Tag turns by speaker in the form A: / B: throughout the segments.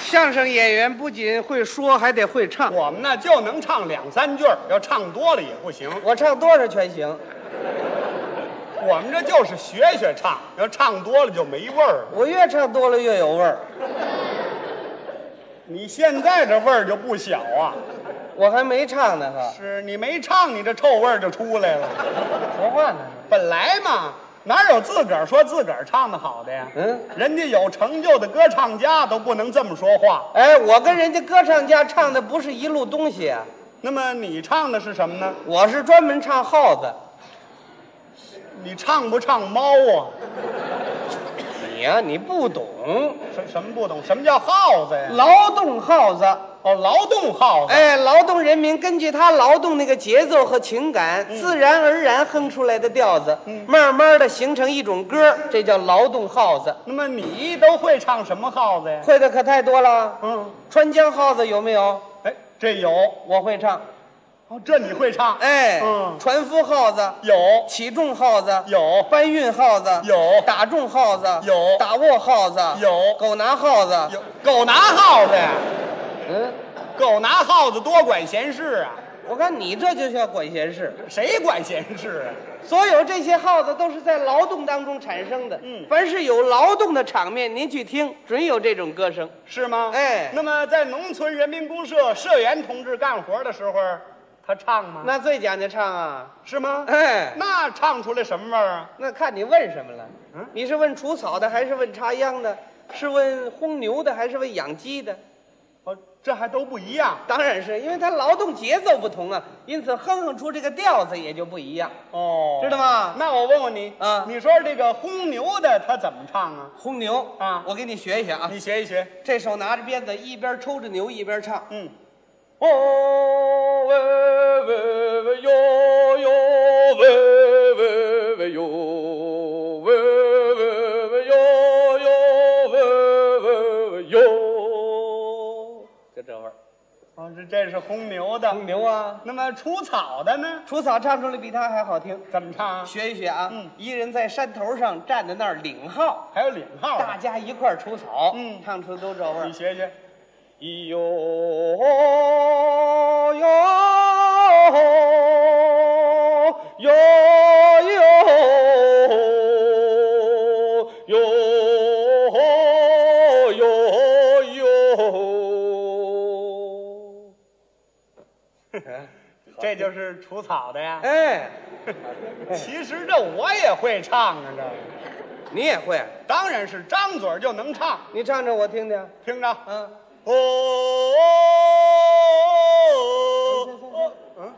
A: 相声演员不仅会说，还得会唱。
B: 我们呢就能唱两三句儿，要唱多了也不行。
A: 我唱多少全行。
B: 我们这就是学学唱，要唱多了就没味儿了。
A: 我越唱多了越有味儿，
B: 你现在这味儿就不小啊！
A: 我还没唱呢哈。
B: 是你没唱，你这臭味儿就出来了。
A: 说话呢？
B: 本来嘛，哪有自个儿说自个儿唱的好的呀？
A: 嗯，
B: 人家有成就的歌唱家都不能这么说话。
A: 哎，我跟人家歌唱家唱的不是一路东西啊，
B: 那么你唱的是什么呢？
A: 我是专门唱耗子。
B: 你唱不唱猫啊？
A: 你呀、你不懂，
B: 什什么不懂？什么叫耗子呀？
A: 劳动耗子。
B: 哦，劳动耗子。
A: 哎，劳动人民根据他劳动那个节奏和情感，自然而然哼出来的调子，慢慢的形成一种歌，这叫劳动号子。
B: 那么你都会唱什么耗子呀？
A: 会的可太多了，
B: 嗯，
A: 川江号子有没有？
B: 哎，这有
A: 我会唱。
B: 哦，这你会唱？
A: 哎，
B: 嗯，
A: 船夫号子、
B: 有
A: 起重号子、
B: 有
A: 搬运号子、
B: 有
A: 打中号子、
B: 有
A: 打握号子、
B: 有
A: 狗拿号子。
B: 有狗拿耗子呀？
A: 嗯，
B: 狗拿耗子多管闲事啊！
A: 我看你这就叫管闲事。
B: 谁管闲事啊？
A: 所有这些号子都是在劳动当中产生的。
B: 嗯
A: 凡是有劳动的场面，您去听，准有这种歌声。
B: 是吗？
A: 哎
B: 那么在农村人民公社社员同志干活的时候，他唱吗？
A: 那最讲究唱啊，
B: 是吗？
A: 哎，
B: 那唱出来什么味儿啊？
A: 那看你问什么了。
B: 嗯
A: 你是问除草的，还是问插秧的？是问烘牛的，还是问养鸡的？
B: 哦，这还都不一样
A: 当然是因为它劳动节奏不同啊，因此哼哼出这个调子也就不一样。
B: 哦
A: 知道吗
B: 那我问问你
A: 啊
B: 你说这个轰牛的他怎么唱啊？
A: 烘牛
B: 啊
A: 我给你学一学啊，
B: 你学一学。
A: 这手拿着鞭子，一边抽着牛，一边唱。
B: 嗯，
C: 哦喂喂喂哟哟喂喂喂哟喂喂喂哟哟喂喂喂哟，就这味儿。
B: 哦，这这是轰牛的。
A: 烘牛啊，
B: 那么除草的呢？
A: 除草唱出来比它还好听。
B: 怎么唱啊？
A: 学一学啊，
B: 嗯
A: 一人在山头上站在那儿领号，
B: 还有领号啊
A: 大
B: 的，
A: 家一块儿除草，
B: 嗯
A: 唱出都这味儿
B: 你。学学。
C: 咿哟哟哟哟哟哟哟。
B: 嗯这就是除草的呀。
A: 哎，
B: 其实这我也会唱啊，这
A: 你也会？啊
B: 当然是张嘴儿就能唱，
A: 你唱唱我听听。
B: 听着。
A: 嗯，
B: 哦哦，嗯，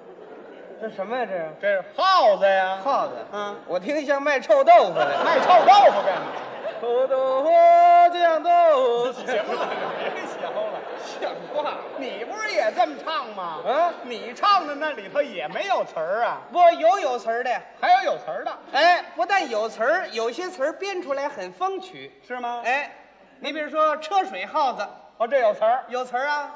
A: 这什么呀？这是
B: 这是耗子呀，
A: 耗子。
B: 嗯，
A: 我听像卖臭豆腐的。
B: 卖臭豆腐干嘛？
A: 臭豆腐酱豆 腐。
B: 行了，别学了，像话！你不是也这么唱吗？
A: 啊
B: 你唱的那里头也没有词儿啊，
A: 不，有有词儿的。
B: 还有有词儿的，
A: 哎，不但有词儿，有些词儿编出来很风趣。
B: 是吗？，
A: 哎，你比如说车水耗子，
B: 哦，这有词儿，
A: 有词儿啊。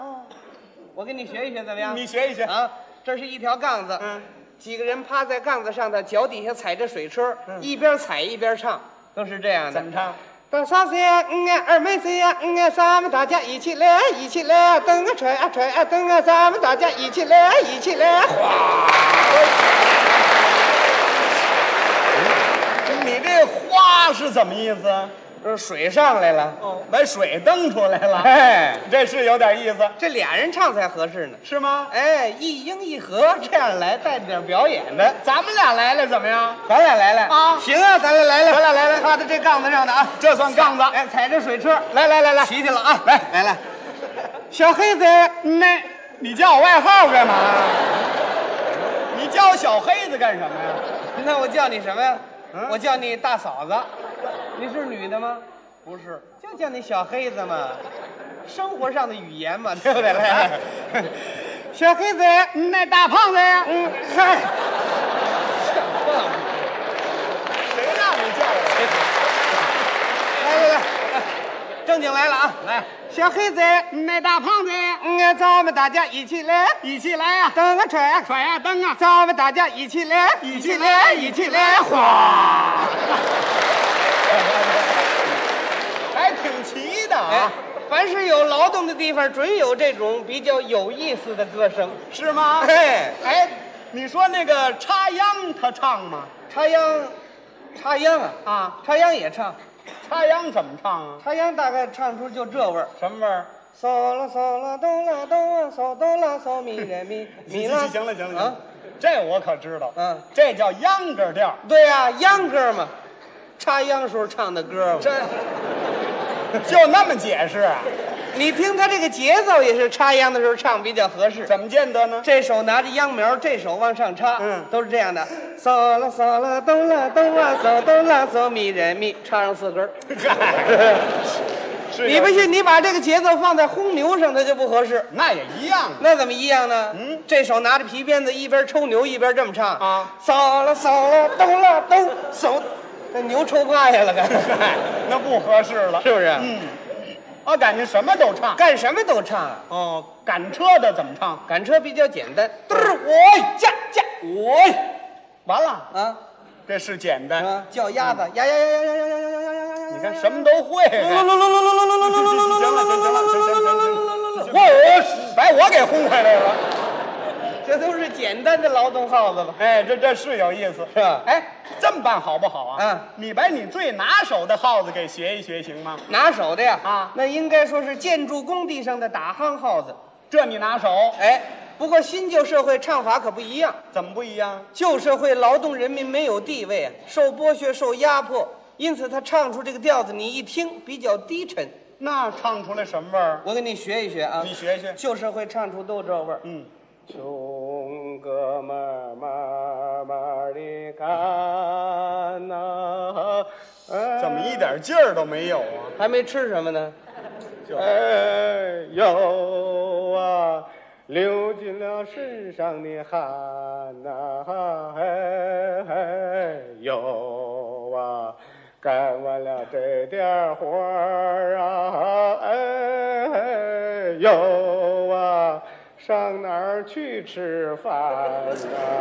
A: 我给你学一学怎么样？
B: 哦你学一学。
A: 啊，这是一条杠子，
B: 嗯，
A: 几个人趴在杠子上头，脚底下踩着水车，一边踩一边唱，都是这样的
B: 嗯怎。么唱？
A: 大嫂子呀，嗯啊，二妹子呀，嗯啊，咱们大家一起来，一起来，蹬啊踹啊踹啊蹬啊，咱们大家一起来，一起来，哗！
B: 你这花是怎么意思？
A: 这水上来了，
B: 哦，把水蹬出来了，
A: 哎，
B: 这是有点意思，
A: 这俩人唱才合适呢。
B: 是吗？
A: 哎，一英一和这样来，带着点表演的。
B: 咱们俩来了怎么样？
A: 咱俩来了
B: 啊
A: 行啊，咱俩来了，
B: 咱俩来了
A: 趴在这杠子上的啊，
B: 这算杠子。
A: 哎，踩着水车，
B: 来来来来，
A: 骑去了啊，来来来，小黑子，
B: 嗯那，你叫我外号干嘛呀？你叫我小黑子干什么呀？
A: 那我叫你什么呀？
B: 嗯
A: 我叫你大嫂子。你是女的吗？不是，就叫你小黑子嘛。生活上的语言嘛，对不对？ 哎来，来小黑子，
B: 嗯那大胖子呀？
A: 嗯，嗨，
B: 谁让你叫我？
A: 来来来，正经来了啊，
B: 哎
A: 来，小黑子，
B: 那大胖子呀？
A: 嗯，咱们大家一起来，
B: 一起来呀、
A: 蹬啊踹啊，
B: 甩呀、蹬啊！
A: 咱们大家一起来，一起来，一起来， 哗！
B: 还挺齐的
A: 哎
B: 啊！，
A: 凡是有劳动的地方，准有这种比较有意思的歌声。
B: 是吗？
A: 哎
B: 哎，你说那个插秧他唱吗？
A: 插秧，插秧啊
B: 啊，
A: 插秧也唱，
B: 插秧怎么唱啊？
A: 插秧大概唱出就这味儿。
B: 什么味儿？
A: 嗦啦嗦啦哆啦哆啊，嗦哆啦嗦咪来咪咪
B: 行
A: 啦。
B: 行行了行了，行
A: 啊
B: 了，这我可知道。
A: 嗯
B: 这叫秧歌调。
A: 对呀、秧歌嘛，插秧时候唱的歌嘛。
B: 这 就那么解释啊？
A: 你听他这个节奏也是插秧的时候唱比较合适。
B: 怎么见得呢？
A: 这手拿着秧苗，这手往上插，
B: 嗯
A: 都是这样的。嗦啦嗦啦哆啦哆啊，嗦哆啦嗦咪人咪，插上四根儿。
B: 嗨，是
A: 你不信，你把这个节奏放在轰牛上，它就不合适。
B: 那也一样啊。
A: 那怎么一样呢？
B: 嗯
A: 这手拿着皮鞭子，一边抽牛一边这么唱
B: 啊，
A: 嗦啦嗦啦哆啦哆，手，那牛抽趴下了，干
B: 嗨，那不合适了，
A: 是不是
B: 嗯，我感觉什么都唱。
A: 干什么都唱啊。
B: 哦，赶车的怎么唱？
A: 赶车比较简单，嘟儿我呀呀我
B: 完了，
A: 啊
B: 这是简单，
A: 啊，叫鸭子呀呀呀呀呀呀呀呀呀呀呀呀呀！
B: 你看什么都会。
A: 噜噜噜噜噜噜噜噜噜噜噜噜噜噜噜噜噜噜噜噜
B: 我我把我给轰回来了。
A: 这都是简单的劳动号子了。
B: 哎，这这是有意思，
A: 是吧
B: 哎，这么办好不好啊？
A: 嗯，
B: 你把你最拿手的号子给学一学，行吗？
A: 拿手的呀那应该说是建筑工地上的打夯号子。
B: 这你拿手，
A: 哎，不过新旧社会唱法可不一样。
B: 怎么不一样？
A: 旧社会劳动人民没有地位啊，受剥削、受压迫，因此他唱出这个调子，你一听比较低沉。
B: 那唱出来什么味儿？
A: 我给你学一学啊，
B: 你学学。
A: 旧社会唱出都这味儿。
B: 嗯，
A: 穷哥们儿慢慢的干呐、
B: 怎么一点劲儿都没有啊？
A: 还没吃什么呢？
B: 就
A: 哎呦啊，流尽了身上的汗呐、哎哎呦啊，干完了这点儿活儿啊，哎哎呦啊，上哪儿去吃饭呐、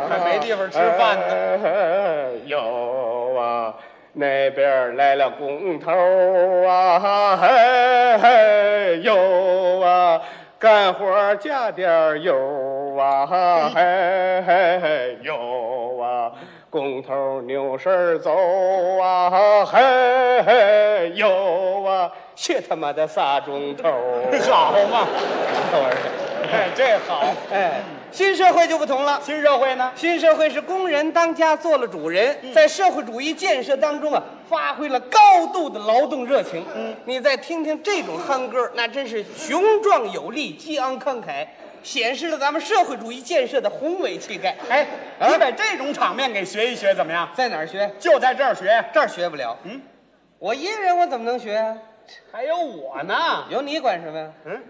B: 还没地方吃饭呢
A: 哎哎呦啊，那边来了工头啊，嘿嘿呦啊，干活加点油啊，嘿嘿嘿呦啊，工头扭身走啊，嘿嘿呦啊，去他妈的仨钟头，
B: 好嘛，哎，这好。
A: 哎，新社会就不同了。
B: 新社会呢？
A: 新社会是工人当家做了主人，
B: 嗯
A: 在社会主义建设当中啊，发挥了高度的劳动热情。嗯，你再听听这种哼歌，那真是雄壮有力、激昂慷慨，显示了咱们社会主义建设的宏伟气概。
B: 哎，
A: 啊
B: 你把这种场面给学一学，怎么样？
A: 在哪儿学？
B: 就在这儿学。
A: 这儿学不了。
B: 嗯，
A: 我一个人我怎么能学啊？
B: 还有我呢。
A: 有你管什么呀？
B: 嗯，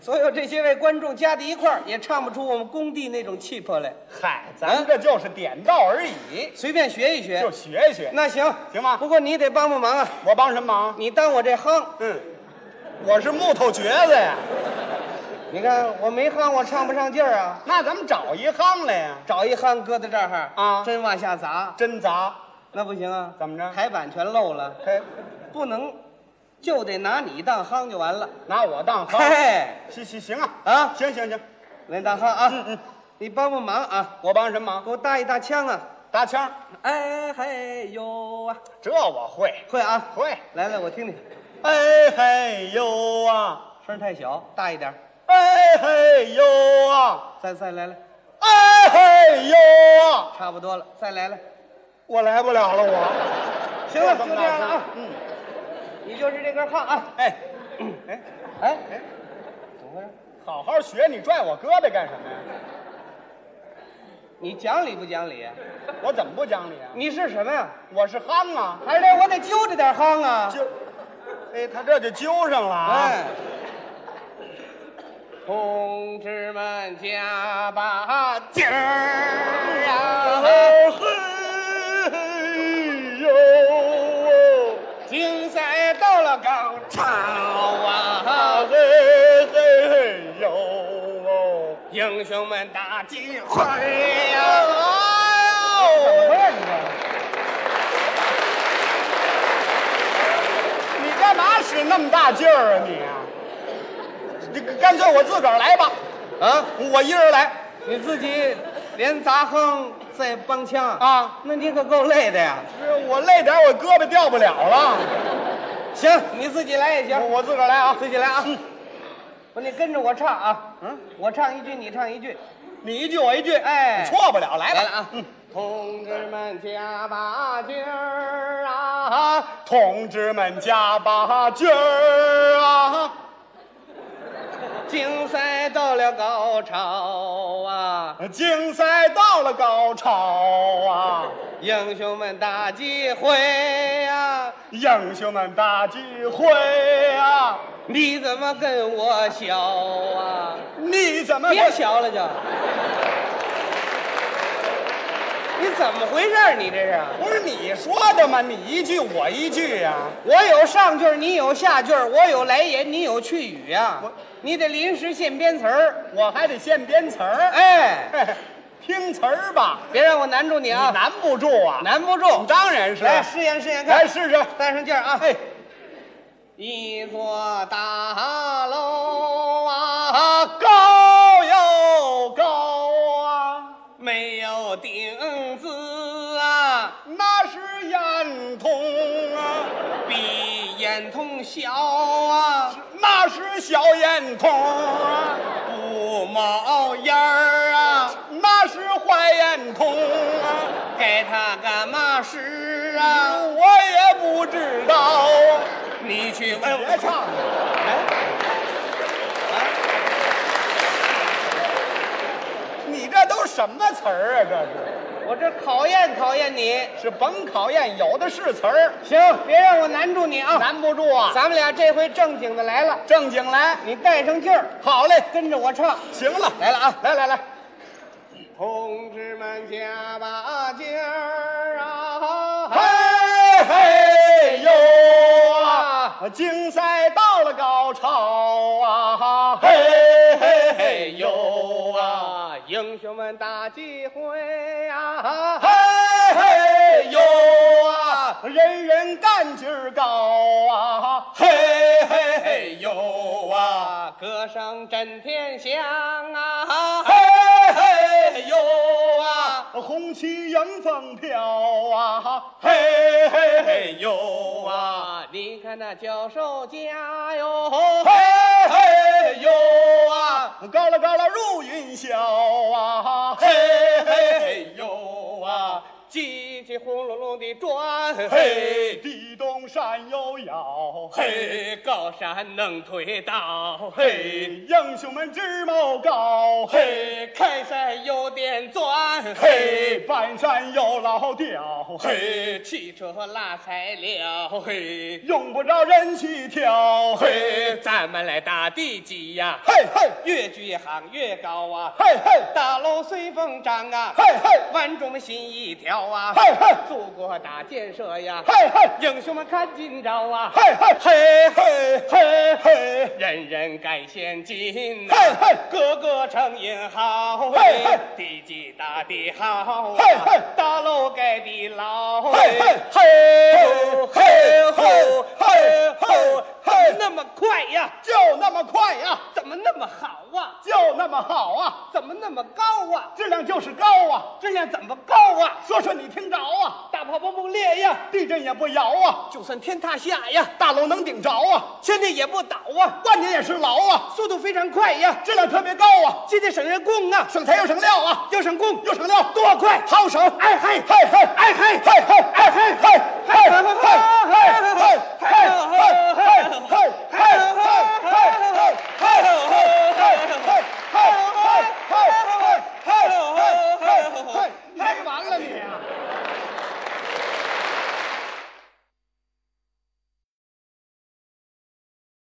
A: 所有这些位观众加在一块儿，也唱不出我们工地那种气魄来。
B: 嗨，咱嗯这就是点到而已，
A: 随便学一学
B: 就，学一学。
A: 那行
B: 行吧
A: 不过你得帮帮忙啊，
B: 我帮什么忙？
A: 你当我这夯。
B: 嗯，我是木头橛子呀。
A: 你看我没夯，我唱不上劲儿啊。
B: 那咱们找一夯来呀。
A: 找一夯搁在这儿哈
B: 啊
A: 真往下砸
B: 真砸，
A: 那不行啊。
B: 怎么着
A: 台板全漏了，
B: 嘿，
A: 不能，就得拿你当夯就完了。
B: 拿我当夯。
A: 嘿，
B: 行行行啊，
A: 啊，
B: 行行行，
A: 来当夯啊，
B: 嗯
A: 你帮帮忙啊，
B: 我帮什么忙？
A: 给我搭一搭腔啊。
B: 搭腔，
A: 哎嘿呦啊，
B: 这我会，
A: 会啊，
B: 会。
A: 来来，我听听，
B: 哎嘿呦啊，
A: 声儿太小，大一点儿，
B: 哎嘿呦啊。
A: 再再来来，
B: 哎嘿呦啊！
A: 差不多了，再来来。
B: 我来不了了，我。
A: 行了，就这样了啊，
B: 嗯，
A: 你就是这根夯啊。
B: 哎，哎，
A: 哎，怎么回事？
B: 好好学，你拽我胳膊干什么呀？
A: 你讲理不讲理啊？
B: 我怎么不讲理啊？
A: 你是什么呀？
B: 我是憨啊，
A: 还是得我得揪着点夯啊！
B: 就，哎，他这就揪上了啊。
A: 哎， 同志们加把劲儿啊！
B: 哎嘿呦啊，
A: 竞赛到了高潮啊！
B: 嘿嘿嘿呦哦，
A: 英雄们打金辉呀、
B: 哎呦，你干嘛使那么大劲儿啊你啊？你干脆我自个儿来吧，
A: 啊，
B: 我一人来
A: 你自己连砸哼再帮腔，
B: 啊。
A: 那你可够累的呀。
B: 是我累点儿，我胳膊掉不了了。
A: 行，你自己来也
B: 我
A: 行，
B: 我自个儿来啊，
A: 自己来啊。不，你跟着我唱啊。嗯，我唱一句，你唱一句。
B: 你一句我一句，
A: 哎
B: 错不了，来
A: 来
B: 吧
A: 了啊。同志们加把劲儿啊！
B: 同志们加把劲儿啊！
A: 竞赛到了高潮啊！
B: 竞赛到了高潮啊！
A: 英雄们大集会啊！
B: 英雄们大聚会啊！
A: 你怎么跟我学啊？
B: 你怎么
A: 别学了就。你怎么回事儿？你这是？
B: 不是你说的吗？你一句我一句呀、
A: 我有上句儿，你有下句儿；我有来言，你有去语啊
B: 我。
A: 你得临时现编词儿。
B: 我还得现编词儿。
A: 哎，
B: 哎，听词儿吧，
A: 别让我难住你
B: 你
A: 啊！
B: 难不住啊。
A: 难不住。
B: 当然是。
A: 来试验试验
B: 来
A: 看，
B: 啊哎试试。
A: 带上劲儿啊！
B: 哎，
A: 一座大楼啊，
B: 高又高啊，
A: 没有顶子啊，
B: 那是烟囱啊，
A: 比烟囱小啊，
B: 那是小烟筒啊，
A: 不冒烟儿啊，
B: 那是坏烟筒啊。
A: 该它干嘛使啊？
B: 我也不知道。
A: 你去哎问
B: 别唱
A: 我。
B: 了，你这都什么词儿啊？这
A: 我这考验考验你，
B: 是是甭考验，有的是词儿，
A: 行，别让我难住你啊！
B: 难不住啊。
A: 咱们俩这回正经的来了，
B: 正经来，
A: 你带上劲儿，
B: 好嘞，
A: 跟着我唱。
B: 行了，
A: 来了啊！
B: 来来来，
A: 同志们加把劲儿啊！
B: 嘿嘿哟
A: 啊！
B: 啊，竞赛到了高潮啊，嘿嘿嘿哟啊，！
A: 英雄们大聚会啊！
B: 嘿嘿哟啊，人人干劲儿高啊，嘿嘿嘿哟啊。
A: 啊，歌声震天响啊！
B: 嘿嘿哟啊，红旗迎风飘啊，嘿嘿嘿哟啊，
A: 啊，你看那教授家哟，
B: 嘿嘿哟啊，高了高了入云霄啊，嘿嘿嘿哟啊，
A: 叽叽轰隆隆地转，
B: 嘿，地动山又摇，
A: 嘿，高山能推倒，
B: 嘿，英雄们志谋高，嘿。
A: 嘿，看山有点钻，
B: 嘿，，半山有老调，
A: 嘿，汽车拉材料，嘿，
B: 用不着人去挑，
A: 嘿，
B: 嘿，
A: 咱们来打地基呀，
B: 嘿嘿，
A: 越举行越高啊，
B: 嘿嘿。
A: 大楼随风张啊，
B: 嘿嘿
A: 万众心一条啊，
B: 嘿嘿
A: 祖国大建设呀，
B: 嘿嘿
A: 英雄们看今朝啊，
B: 嘿嘿嘿嘿嘿
A: 人人干先进啊呐、
B: 嘿嘿
A: 个个成英豪
B: 嘿嘿
A: 地基打得好啊，
B: 嘿嘿
A: 大楼盖得牢
B: 嘿嘿
A: 嘿吼嘿
B: 嘿嘿嘿嘿
A: 吼
B: 嘿
A: 嘿，那么快呀，
B: 就那么快呀，
A: 怎么那么好啊？
B: 就那么好啊，
A: 怎么那么高啊？
B: 质量就是高啊，
A: 质量怎么高啊？
B: 说说你听着啊，
A: 大炮不崩裂呀，
B: 地震也不摇啊，
A: 就算天塌下呀，
B: 大楼能顶着啊，
A: 千年也不倒啊，
B: 万年也是牢啊，
A: 速度非常快呀，
B: 质量特别高啊，
A: 节俭省人工啊，
B: 省材又省料啊，
A: 又省工
B: 又省料，
A: 多快
B: 好省，
A: 哎嘿
B: 嘿嘿哎嘿嘿嘿哎嘿嘿嘿嘿嘿嘿嘿嘿嘿嘿嘿。嘿，嘿，嘿，嘿，嘿，嘿，嘿，嘿，完了你啊！